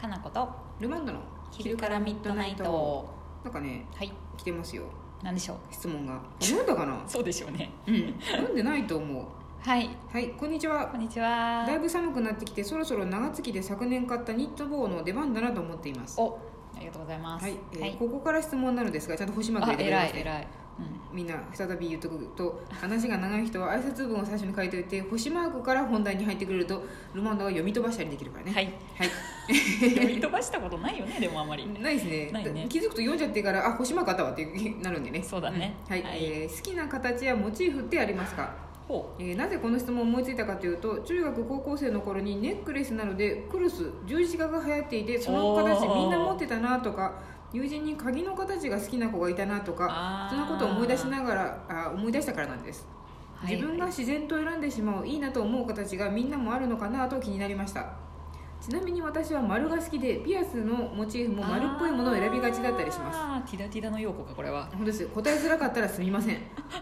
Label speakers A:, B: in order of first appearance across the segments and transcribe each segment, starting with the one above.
A: かなこと
B: ルマンドの
A: 昼からミッドナイト
B: なんかね
A: はい
B: 来てますよ
A: 何でしょう
B: 質問が読んだかな
A: そうでしょうね
B: うん読んでないと思う
A: はい
B: はいこんにちは
A: こんにちは
B: だいぶ寒くなってきてそろそろ長月で昨年買ったニット帽の出番だなと思っています
A: おありがとうございます
B: はい、えーここから質問なのですがちゃんと星マーク
A: あ
B: 入れてくだ
A: 偉
B: さ
A: い
B: い
A: 偉い、うん、
B: みんな再び言っとくと話が長い人は挨拶文を最初に書いておいて星マークから本題に入ってくれるとルマンドは読み飛ばしたりできるから ね
A: はい
B: はい
A: 読み飛ばしたことないよねでもあんまり
B: ないですね
A: ないね
B: 気づくと読んじゃってからあ星マークあったわっていうなるんでね
A: そうだね
B: はい、
A: はい
B: えー好きな形やモチーフってありますか、
A: ほ
B: えーなぜこの質問を思いついたかというと中学高校生の頃にネックレスなどでクロス十字架が流行っていてその形
A: おー
B: みんな持ってたなとか友人に鍵の形が好きな子がいたなと
A: あー
B: かそんなことを思い出しながらあ思い出したからなんです、
A: う
B: 自分が
A: はい
B: 自然と選んでしまういいなと思う形がみんなもあるのかなと気になりましたちなみに私は丸が好きでピアスのモチーフも丸っぽいものを選びがちだったりします
A: あーティダティダの陽子かこれは
B: 本当ですよ答えづらかったらすみません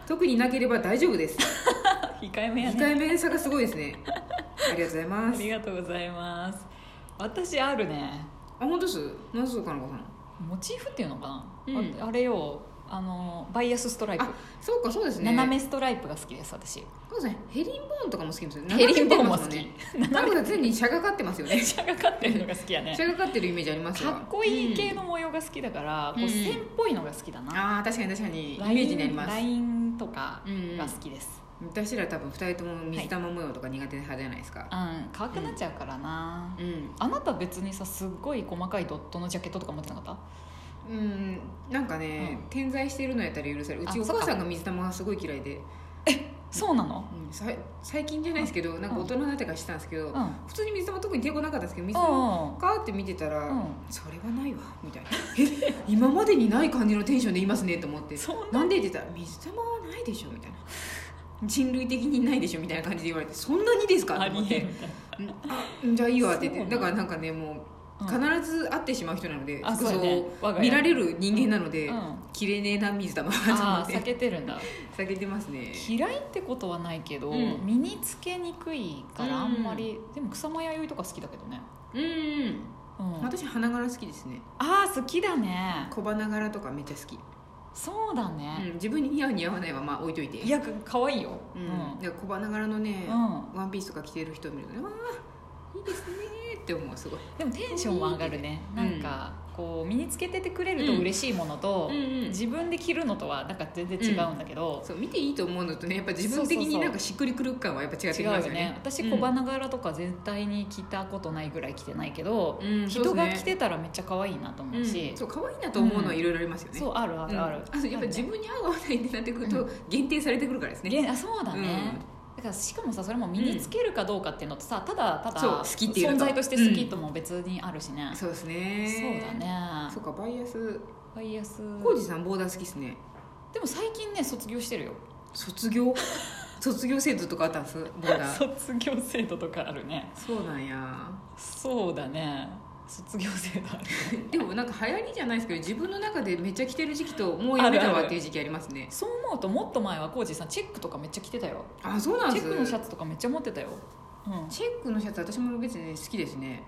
B: 特になければ大丈夫です
A: 控え めや
B: 控
A: ね
B: えめさがすごいですねありがとうござい
A: あ
B: ます
A: りがとうございます私あるね
B: あ本当です何すかなこさん
A: モチーフっていうのかな、
B: うん
A: ああれよあのバイアスストライプ、
B: あそうかそうですね
A: 斜めストライプが好きです私
B: そうですねヘリンボーンとかも好きですよね
A: ヘリンボーンも好き
B: なんか常にしゃがかってますよね
A: 列車がかってるのが好きやね
B: しゃがかってるイメージありますわ
A: かっこいい系、の模様が好きだから、
B: うん
A: こう線っぽいのが好きだ
B: うん
A: な、
B: あー確かに確かにイメ
A: ライ
B: ージ
A: ン
B: になりま
A: ラ
B: す
A: インとか
B: うん
A: が好きです、
B: 私ら多分2人とも水玉模様とか苦手な派じゃないですか、
A: うん乾くなっちゃうからな、
B: うん
A: あなた別にさすっごい細かいドットのジャケットとか持ってなかっ
B: うんなんかね、
A: う
B: 点在してるのやったら許されるうち
A: あ
B: お
A: そっか
B: 母さんが水玉がすごい嫌いで
A: たそうなの
B: うんさい最近じゃないですけどなんか大人になってからしたんですけ
A: う
B: ど、
A: んうん
B: 普通に水玉特に抵抗なかったんですけど水玉
A: あ
B: かーって見てたら、
A: うん
B: それはないわみたいな「え今までにない感じのテンションでいますね」と思って
A: そん
B: なんで?」って言ったら「水玉はないでしょ」みたいな「人類的にないでしょ」みたいな感じで言われて「そんなにですか?」
A: あ
B: と思っ
A: りえん
B: て「うんじゃあいいわ」って言って
A: そ
B: だ
A: うな
B: から
A: の
B: なんかねも
A: う
B: う
A: ん
B: 必ず会ってしまう人なので、
A: あ
B: 服
A: そう
B: 装
A: やね
B: を
A: 我が家
B: 見られる人間なので、
A: うん
B: 着れねえな水玉は
A: あー
B: と思
A: 避
B: って
A: けてるんだ
B: 避けてますね
A: 嫌いってことはないけど、
B: うん
A: 身につけにくいから
B: うん
A: あんまり、でも草間弥生とか好きだけどね、
B: うん
A: うん、
B: 私花柄好きですね
A: あー好きだね
B: 小花柄とかめっちゃ好き、
A: そうだ
B: う
A: ね、
B: ん、自分に似合う似合わないはまあ置いといて
A: いや可愛いよ
B: う
A: うんん、
B: だから小花柄のね、
A: う
B: ワンピースとか着てる人を見るとねわあいいですねって思うすごい
A: でもテンションは上がるね
B: うん
A: なんかこう身につけててくれると嬉しいものと、
B: うんうんうん
A: 自分で着るのとはなんか全然違うんだけど、
B: そう見ていいと思うのとねやっぱ自分的
A: そうそう
B: に
A: そう
B: なんかしっくりくる感はやっぱ違
A: 違
B: ってき
A: うよ
B: ま
A: ね
B: すよね
A: 私小花柄とか絶対に着たことないぐらい着てないけど、
B: うん
A: 人が着
B: る
A: てたらめっちゃ可愛いなと思うし、
B: うん、そう可愛いなと思うのはいろいろありますよね、
A: そうあるあるある、
B: うんそうやっぱ自分に合う合わないってなってくると限定されてくるからですね
A: ね、あそうだね、だからしかもさそれも身につけるかどうかっていうのとさただただ
B: そう好きっていうの
A: 存
B: と
A: 在として好きとも別にあるしね、
B: そうです
A: そう
B: ね
A: だね
B: そうかバイアス
A: バイアス
B: 浩二さんボーダー好きですね
A: でも最近ね卒業してるよ
B: 卒業 卒業制度とかあったんですボーダー
A: 卒業制度とかあるね
B: そうなんや
A: そうだね卒業制度あ る
B: でもなんか流行りじゃないですけど自分の中でめっちゃ着てる時期ともうやめた
A: あるあ
B: わ
A: る
B: っていう時期ありますね
A: そう思うともっと前は浩二さんチェックとかめっちゃ着てたよ
B: あそうなん
A: チ
B: で
A: ェ
B: す
A: ックのシャツとかめっちゃ持ってたよ、うん、いや
B: チェックのシャツ私も別に好きですね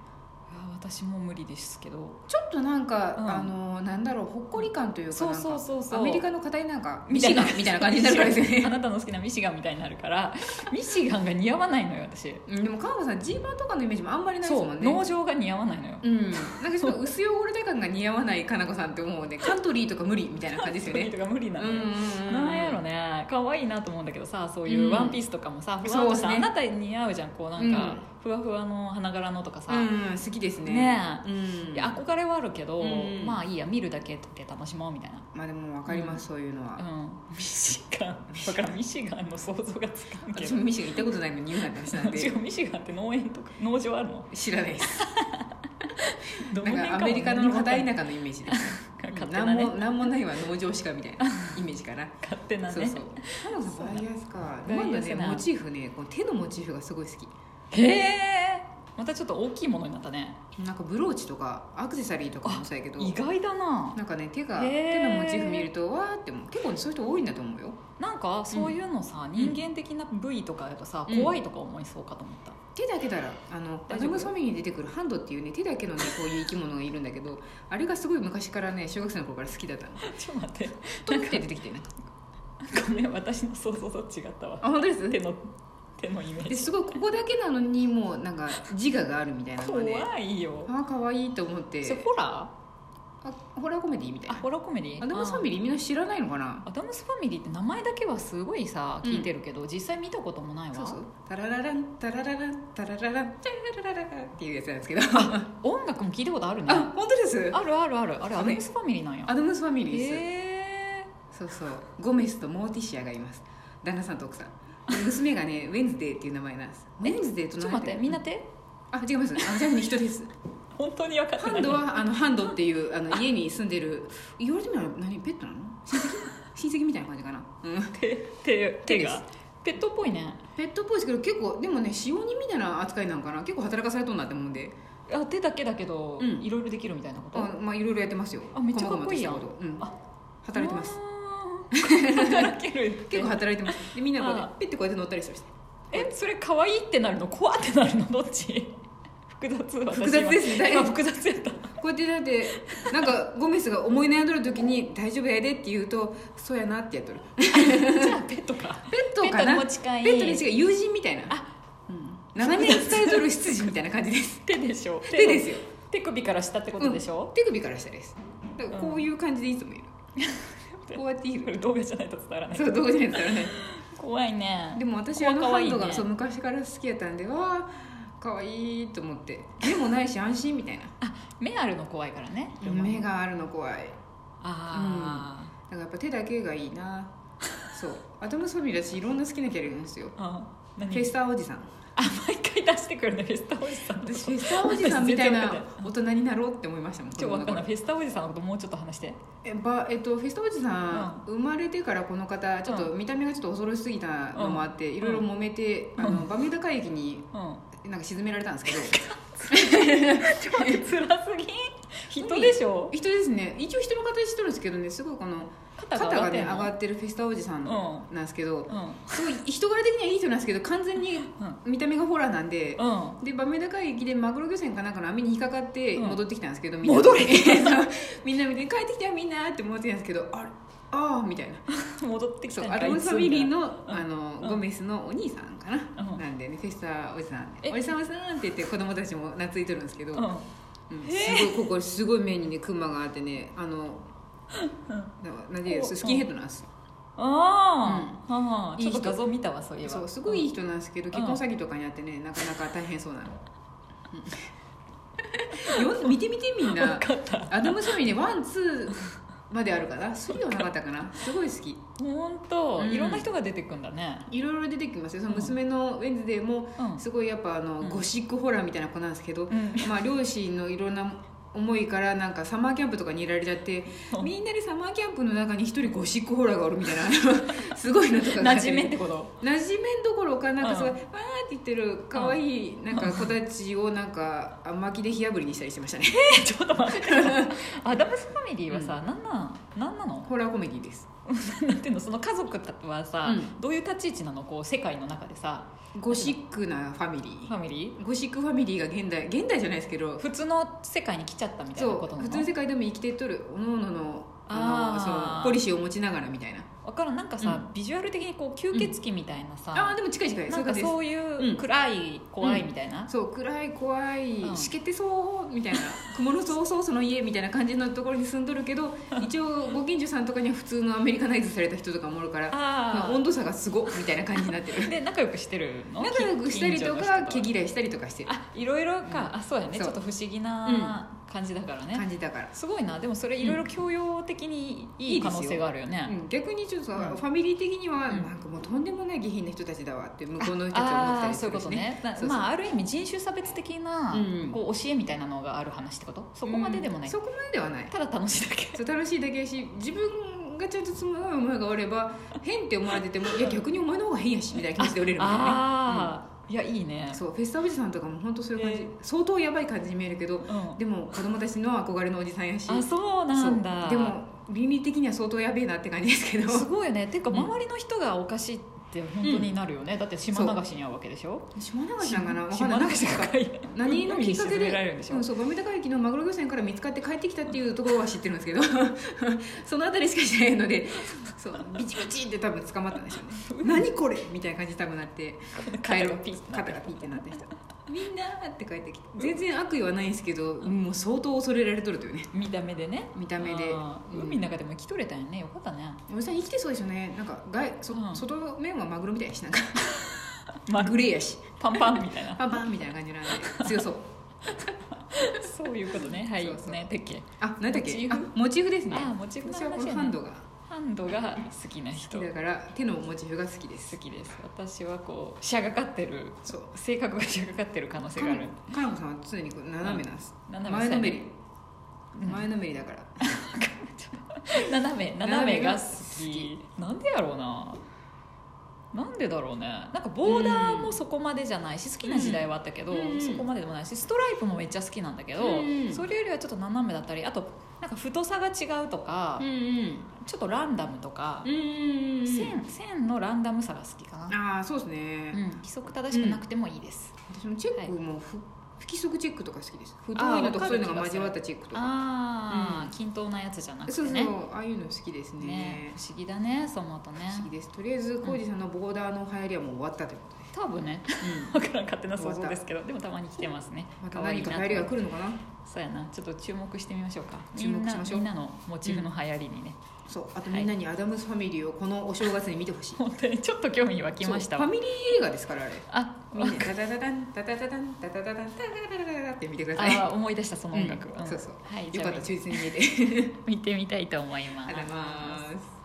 A: 私も無理ですけど
B: ちょっとなんか、
A: うん
B: あのなんだろうほっこり感というか
A: そう
B: なんか
A: そうそうそう
B: アメリカの課題なんか
A: ミシガン
B: みたいな感じになるからですよ
A: あ
B: ね
A: なたの好きなミシガンみたいになるからミシガンが似合わないのよ私
B: うんでも川本さんジーパンとかのイメージもあんまりないです
A: そ
B: も
A: うん農
B: ね
A: 場が似合わないのよ
B: うん、なんかちょっと薄汚れた感が似合わないかなこさんって思うねカントリーとか無理みたいな感じですよ
A: それ
B: ね
A: とか無理
B: う
A: なんのよ、
B: うんうん
A: なんやろね可愛いなと思うんだけどさそういうワンピースとかもさ、
B: うん
A: ふわっと
B: そう
A: さ、
B: ね
A: あなた似合うじゃんこうなんか、
B: うん
A: ふわふわの花柄のとかさ、
B: うん好きですね
A: ねえ
B: うん
A: いや憧れはあるけど、
B: うん
A: まあいいや見るだけで楽しもうみたいな、
B: まあでも分かります、そういうのは、
A: うん、ミシガンだからミシガンの想像がつかんけ
B: 私
A: ど
B: もミシガン行ったことないのに言うなんて話な ん
A: 違
B: で
A: うミシガンって農園とか農場あるの
B: 知らない です
A: どの
B: なん
A: 辺か
B: かア
A: も
B: メリカの片田舎のイメージです
A: 勝手
B: な
A: なんね
B: もなんもないわ農場しかみたい なイメージかな
A: 勝手なね
B: そうそう彼女バイアスか
A: バイアスな
B: 今度ねモチーフねこの手のモチーフがすごい好き
A: へえまたちょっと大きいものになったね
B: なんかブローチとかアクセサリーとかもそうやけど
A: 意外だな
B: なんかね手が
A: へー
B: 手のモチーフ見るとわーってもう結構ねそういう人多いんだと思うよ
A: なんかそういうのさ、人間的な部位とかやとさ、
B: うん
A: 怖いとか思いそうかと思 った、
B: 手だけならあのア
A: 大丈夫
B: ダムスファミリーに出てくるハンドっていうね手だけのねこういう生き物がいるんだけどあれがすごい昔からね小学生の頃から好きだったの
A: ちょっと待って
B: トンって出てきてね
A: ごめん私の想像と違ったわ
B: あ本当 です
A: 手の手のイメー
B: で
A: ジ
B: すごいここだけなのにもうなんか自我があるみたいなのがね
A: 怖いよ
B: ああ可愛いと思って
A: それホラ
B: あホラーコメディみたい
A: ーあ
B: な
A: ホラーコメディ
B: アダムスファミリーみんな知らないのかな
A: アダムスファミリーって名前だけはすごいさ聞いてるけど、実際見たこともないわ
B: そうそうタララランタララランタララランチャラララララっていうやつなんですけど
A: 音楽も聞いたことあるね
B: あ本当です
A: あるあるあるあれ
B: あ
A: ア
B: れ
A: ダムスファミリーなんや
B: アダムスファミ
A: へ
B: リーです
A: え
B: そうそうゴメスとモーティシアがいます旦那さんと奥さんで娘がねウェンズデーっていう名前なんですウェンズデーと
A: ちょっと
B: 名前
A: 待ってみんな手
B: あ違いますあじゃあね人です
A: 本当に分かって
B: ハ
A: ない
B: ンドはあのハンドっていうあの家に住んでる言われてみれば何ペットなの親戚親戚みたいな感じかな、うん、
A: 手手手
B: 手で
A: が
B: す
A: ペットっぽいね
B: ペットっぽいですけど結構でもね使用人みたいな扱いなんかな結構働かされとんなって思うんで
A: あ手だけだけど、
B: うん
A: いろいろできるみたいなこと
B: あまあいろいろやってますよ
A: あめっちゃかっこいいやん
B: 細々とし
A: あ
B: たことうん、働いてます
A: あ ー働けるって
B: 結構働いてますでみんなこうやっ
A: あ
B: てペッてこうやって乗ったりしてました
A: えそれ可愛いってなるの怖ってなるのどっち複雑私
B: 複雑ですね
A: 今今複雑や った
B: こうやってだってなんかゴメスが思い悩んどる時に「大丈夫やで」って言うと「そうやな」ってやっとる
A: じゃあペットか
B: ペット
A: ペット
B: かな
A: にも近い
B: ペットに近い友人みたいな
A: あ
B: うん、長年伝えとる執事みたいな感じです
A: 手でしょ
B: 手ですよ
A: 手首から下ってことでし
B: うん
A: ょ、
B: 手首から下ですだからこういう感じでいつもいる、
A: うん
B: こうやっている
A: これ動画じゃないと伝わらない
B: そうどうじゃないですからね
A: 怖いね
B: でも私
A: こ
B: あ
A: こ
B: の
A: は可
B: ハ
A: 愛
B: ン
A: い
B: ドが、
A: ね
B: そう昔から好きやったんでわあ可愛いと思って目もないし安心みたいな
A: あ目あるの怖いからね
B: 目があるの怖い
A: あ
B: だからやっぱ手だけがいいなそうアトムソミだしいろんな好きなキャラいるんですよ
A: ー、あ何
B: フェスターおじさん
A: あ毎回出してくるねフェスタおじさんのこと
B: 私フェスターおじさんみたい
A: 全然
B: な
A: わかん
B: 大人になろうって思いましたもん
A: ちょっとわかんない
B: 子供の
A: フェスタおじさんのこともうちょっと話して
B: 頃えばえっとフェスターおじさん、生まれてからこの方ちょっと見た目がちょっと恐ろしすぎたのもあって、
A: ん
B: いろいろ揉めて、あのバミューダ海域に
A: うん
B: なんか沈められたんですけど
A: ちょっと待って辛すぎん人 でしょ
B: 人ですね一応人の形してるんですけどねすごいこの
A: 肩が上がっ
B: 肩が
A: て
B: ね
A: ん
B: 上
A: の
B: がってるフェスタおじさんなんですけ
A: う
B: ど、
A: ん
B: すごい人柄的にはいい人なんですけど完全に見た目がホラーなんで、
A: うん
B: でバメダ海域でマグロ漁船かなんかの網に引っかかって
A: うん
B: 戻ってきたんですけど、みんな
A: 戻
B: みんな見て帰ってきたよみんなって思ってたんですけどあれああみたいな
A: 戻ってき
B: そう
A: た
B: アダムスファミリー
A: う
B: の,、
A: ん
B: あの
A: うん
B: ゴメスのお兄さんかな、
A: うん
B: なんでねフェスタおじさん
A: え
B: おじさんおじさんって言って子供たちも懐いてるんですけど、
A: う
B: うんん
A: うん
B: すごいここすごい目にねクマがあってねあの
A: うん
B: ななんでスキンヘッドなんですよ
A: あーあーちょっと
B: いい人
A: 画像見たわそういえば
B: そうすごいいい人なんですけど
A: ん
B: 結婚詐欺とかにあってねなかなか大変そうなの、うん よ見てみてみんな
A: 分かった
B: アダム・ソミねワンツーまであるかなスリーはなかったかなすごい好き
A: 本当、
B: うん
A: いろんな人が出てくんだね
B: いろいろ出てきますよその娘のウェンズデーも
A: うん
B: すごいやっぱあの、
A: うん
B: ゴシックホラーみたいな子なんですけど、
A: ん
B: まあ両親のいろんな思いからなんかサマーキャンプとかにいられちゃって
A: うん
B: みんなでサマーキャンプの中に一人ゴシックホラーがおるみたいなすごいのとかがあ
A: 馴
B: って
A: 染めってこと
B: 馴染めんどころかなんかすごい、
A: うん
B: わーって言ってる可愛いなんか子たちをなんか巻きで火炙りにしたりしてましたね
A: えちょっと待ってアダムスファミリーはさ、なんなん、なんなの
B: ホラーコメディです
A: なんていうのその家族はさ、
B: うん
A: どういう立ち位置なのこう世界の中でさ
B: ゴシックなファミリ
A: ファミリー
B: ーゴシックファミリーが現代現代じゃないですけど
A: 普通の世界に来ちゃったみたいなこ
B: そ
A: と
B: う
A: な
B: 普通の
A: の
B: 世界でも生きてっとるおのおのの
A: あー
B: あのそうポリシーを持ちながらみたいな
A: わからんなんかさ、ビジュアル的にこう吸血鬼みたいなさ、
B: ああーでも近い近いそ
A: な
B: う
A: んか
B: いう感じです
A: そういう暗い、怖いみたいな、
B: そう暗い怖い、
A: うん
B: しけてそうみたいな 雲のそうそうその家みたいな感じのところに住んどるけど一応ご近所さんとかには普通のアメリカナイズされた人とかもおるから
A: あ
B: 温度差がすごっみたいな感じになって る
A: で仲良くしてるの
B: 仲良くしたりと
A: 近所の
B: か
A: 人
B: 毛嫌いしたりとかしてる
A: あいろいろか、あそうやねち
B: そう
A: ょっと不思議な感じだからね、
B: 感じだから、
A: すごいなでもそれいろいろ教養的にい
B: い
A: い
B: いで
A: 可
B: すよ
A: 能性があるよね、
B: うん、逆にちょっとさ、
A: うん
B: ファミリー的には、
A: うん
B: なんかもうとんでもない下品な人たちだわって向こうの人たちは思っ
A: あ
B: た
A: あ
B: り
A: そう
B: す
A: いうこ
B: るし
A: と
B: ね
A: ねな
B: そうそう
A: まあある意味人種差別的な、
B: うん
A: こう教えみたいなのがある話ってことそこまででもない、
B: うんそこまでではない
A: ただ楽しいだけ
B: そう楽しいだけやし自分がちゃんとつまらない思いがおれば変って思われててもいや逆にお前の方が変やしみたいな気持ちでおれるみたいなね
A: ああ、いやいいね
B: そうフェスタおじさんとかも本当そういう感じ、
A: えー
B: 相当やばい感じに見えるけど
A: うん
B: でも子供たちの憧れのおじさんやし
A: あそうなんだ
B: そうでも倫理的には相当やべえなって感じですけど
A: すごいねていうか
B: うん
A: 周りの人がおかしいって本当になるよね、だって島流しに遭うわけでしょ
B: 島流しなんかなわかん
A: 島
B: ない
A: 流しが
B: 何のきっかけ
A: 海に沈められるん
B: で
A: でしょ
B: うんそう馬目高駅のマグロ漁船から見つかって帰ってきたっていうところは知ってるんで すけどそのあたりしか知らないのでそうビチビチって多分捕まったんでしょうね何これみたいな感じで多分 なって
A: 帰
B: 帰
A: ろ
B: ろ
A: う
B: う
A: ピース
B: 肩がピーってなってきたみんなーって帰ってきて全然悪意はないんですけど、もう相当恐れられとるというね
A: 見た目でね
B: 見た目で
A: あー
B: うん
A: 海の中でも生きとれたんやねよかったね
B: おじさん生きてそうですよねなんか外そ、
A: うん
B: 外面はマグロみたいやし なんか
A: ま
B: グレーやし
A: パンパンみたいな
B: パンパンみたいな感じなんで強そう
A: そういうことねはい
B: そうそう
A: ねてっけ
B: あ何だっ
A: モチ
B: け
A: ーフ
B: あモチーフですね
A: あーモチーフの話
B: 私
A: や
B: は
A: ね
B: このハンドが
A: ハンドが好きな
B: 好
A: 人
B: きだから手のモチーフが好きです
A: 好きです私はこうしゃがかってる
B: そう
A: 性格がしゃがかってる可能性
B: か
A: があ
B: な
A: る
B: かなこさんは常にこう斜めなんです、
A: うん斜め
B: 前のめり、
A: うん
B: 前のめりだから
A: 斜 め斜
B: 斜
A: め
B: め
A: が
B: が
A: 好
B: 好
A: きなんでやろうななんでだろうねなんかボーダーもそこまでじゃないし好きな時代はあったけど、
B: うん
A: そこまででもないしストライプもめっちゃ好きなんだけど、
B: うん
A: それよりはちょっと斜めだったりあとなんか太さが違うとか、
B: ん
A: ちょっとランダムとか、
B: うんうん
A: 線線のランダムさが好きかな、
B: ああそうですね、
A: うん、規則正しくなくてもいいです、
B: 私もチェックもふ、不規則チェックとか好きです太
A: あー
B: いのと
A: わか
B: 細
A: る
B: いのが交わったチェックとか
A: ああ、
B: うん
A: 均等なやつじゃなくて
B: そうそう
A: ね
B: ああいうの好きですね
A: ね不思議だねそう思うとね
B: 不思議ですとりあえず浩二さんのボーダーの流行りはもう終わったということで、
A: 多分ね
B: うん
A: 分からん勝手な想像ですけどでもたまに来てますね
B: また
A: 可愛い
B: 何
A: なと
B: か流行りが来るのかな
A: そうやなちょっと注目してみましょうか
B: 注目しましょう
A: みんなみんなのモチーフの流行りにね、
B: そうあと
A: はい
B: みんなにアダムスファミリーをこのお正月に見てほ しい
A: 本当にちょっと興味湧きました
B: そ
A: わ
B: うファミリー映画ですからあれ
A: あ
B: みんなでタタタタンタタタタンタタタタンタタタタタって見てください
A: あ思い出したその音楽、
B: うんそうそう
A: はい
B: よ
A: じゃ
B: か
A: あ
B: った忠実に見えて
A: 見てみたいと思い
B: あ
A: ま
B: り
A: す
B: がとうございます